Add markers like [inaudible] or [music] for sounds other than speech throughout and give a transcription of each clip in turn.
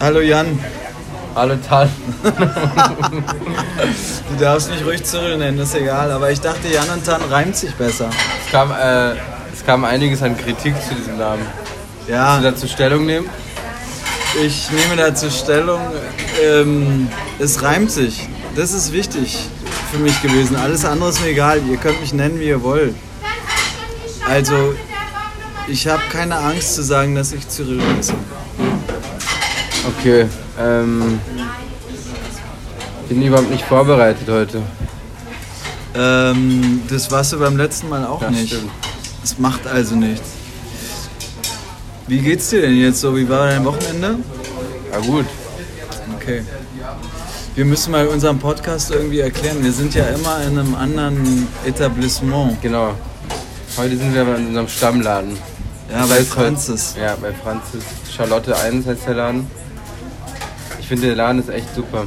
Hallo Jan, Hallo Tan. du darfst mich ruhig Cyril nennen, ist egal. Aber ich dachte, Jan und Tan reimt sich besser. Es kam, äh, es kam einiges an Kritik zu diesem Namen. Kannst du Ja, dazu Stellung nehmen? ich nehme dazu Stellung. Ähm, es reimt sich. Das ist wichtig für mich gewesen. Alles andere ist mir egal. Ihr könnt mich nennen, wie ihr wollt. Also, ich habe keine Angst zu sagen, dass ich Cyril heiße. Okay. Ähm, bin überhaupt nicht vorbereitet heute. Ähm, das warst du beim letzten Mal auch Das nicht. stimmt. Das macht also nichts. Wie geht's dir denn jetzt so? Wie war dein Wochenende? Ja Ah, gut. Okay. Wir müssen mal unseren Podcast irgendwie erklären. Wir sind ja immer in einem anderen Etablissement. Genau. Heute sind wir in unserem Stammladen. Ja, halt Das bei heißt heute- Franzis. Ja, bei Franzis. Charlotte 1 heißt der Laden. Ich finde, der Laden ist echt super.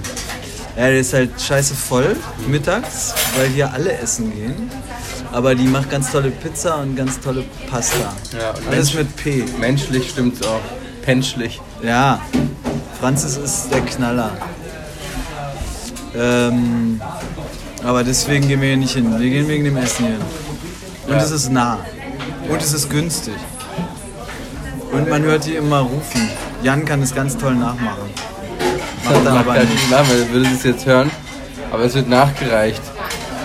Ja, der ist halt scheiße voll mittags, weil hier alle essen gehen. Aber die macht ganz tolle Pizza und ganz tolle Pasta. Ja, und Alles Mensch- mit P. Menschlich stimmt's auch. Penschlich. Ja, Franzis ist der Knaller. Ähm, aber deswegen gehen wir hier nicht hin. Wir gehen wegen dem Essen hier hin. Und es ist nah. Und es ist günstig. Und man hört hier immer rufen. Jan kann es ganz toll nachmachen. Macht er Macht aber gar nicht. nicht nach, weil würde es jetzt hören. Aber es wird nachgereicht.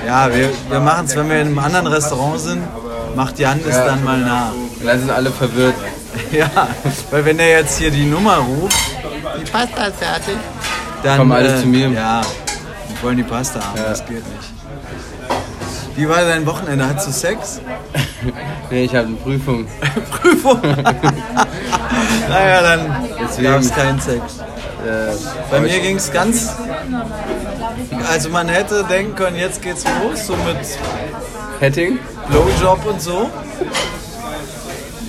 Ja, wir, wir machen es, wenn wir in einem anderen Restaurant sind, macht Jan es dann mal [laughs] nach. Und dann sind alle verwirrt. Ja, weil wenn er jetzt hier die Nummer ruft, die Pasta ist fertig, dann äh, Kommen alle zu mir. Ja, die wollen die Pasta haben, Ja. das geht nicht. Wie war dein Wochenende? Hattest du Sex? [laughs] Nee, ich habe eine Prüfung. [laughs] Prüfung. naja, dann Deswegen. gab es keinen Sex. Äh, Bei mir ging es ganz. Also man hätte denken können, jetzt geht's los, so mit Petting? [laughs] Blowjob und so.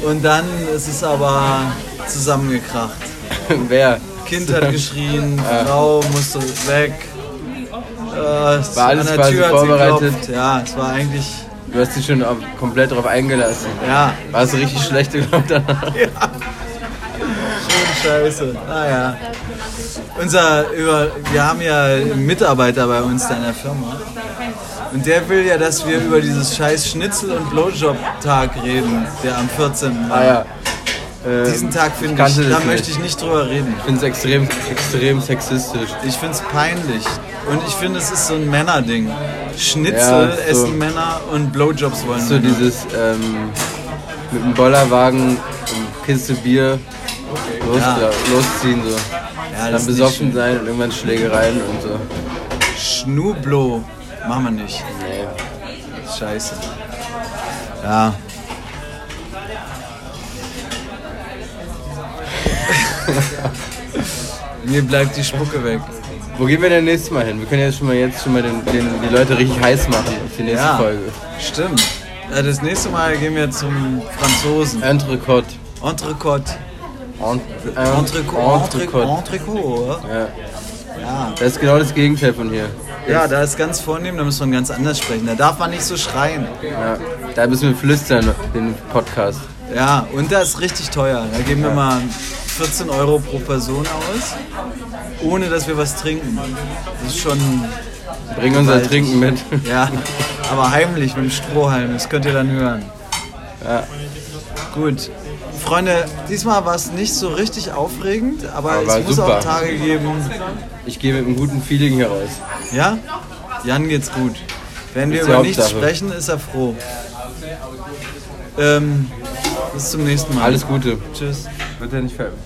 Und dann ist es aber zusammengekracht. Wer? Kind hat geschrien, Frau musste weg. Äh, war alles quasi vorbereitet? Ja, es war eigentlich. Du hast dich schon auf, komplett drauf eingelassen. Ja, Warst du richtig schlecht geglaubt danach? schön scheiße. Naja. Unser, über, wir haben ja einen Mitarbeiter bei uns da in der Firma. Und der will ja, dass wir über dieses scheiß Schnitzel- und Blowjob-Tag reden, der am 14. war. Ah ja. Ähm, Diesen Tag finde ich, kannte da das möchte ich nicht drüber reden. Ich finde es extrem, extrem sexistisch. Ich finde es peinlich. Und ich finde, es ist so ein Männerding. Schnitzel Ja, so. essen Männer und Blowjobs wollen So Männer. dieses ähm, mit dem Bollerwagen, und Kiste Bier, los, Ja. da, losziehen so. Ja, das Dann ist besoffen nicht sein und irgendwann Schlägereien und so. schön. Schnublo. Machen wir nicht. Nee. Scheiße. [laughs] Ja. Mir bleibt die Spucke weg. Wo gehen wir denn nächstes Mal hin? Wir können ja schon mal jetzt schon mal den, den, die Leute richtig heiß machen auf die nächste Ja, Folge. stimmt. Ja, das nächste Mal gehen wir zum Franzosen. Entrecote. Entrecote. Ent- ähm, Entrecote. Entrecote. Entrecote. Entrecote. oder? Ja. Ja. Das ist genau das Gegenteil von hier. Ja, da ist ganz vornehm, da muss man ganz anders sprechen. Da darf man nicht so schreien. Ja. Da müssen wir flüstern, den Podcast. Ja, und da ist richtig teuer. Da geben wir mal 14 Euro pro Person aus, ohne dass wir was trinken. Das ist schon, Bring unser Gewaltig. Trinken mit. ja, aber heimlich mit dem Strohhalm, das könnt ihr dann hören. Ja. Gut. Freunde, diesmal war es nicht so richtig aufregend, aber, Aber es muss super. auch Tage geben. Ich gehe mit einem guten Feeling hier raus. Ja? Jan geht's gut. Wenn wir Ist die über nichts Hauptsache. sprechen, ist er froh. Ähm, bis zum nächsten Mal. Alles Gute. Tschüss. Wird ja nicht fertig.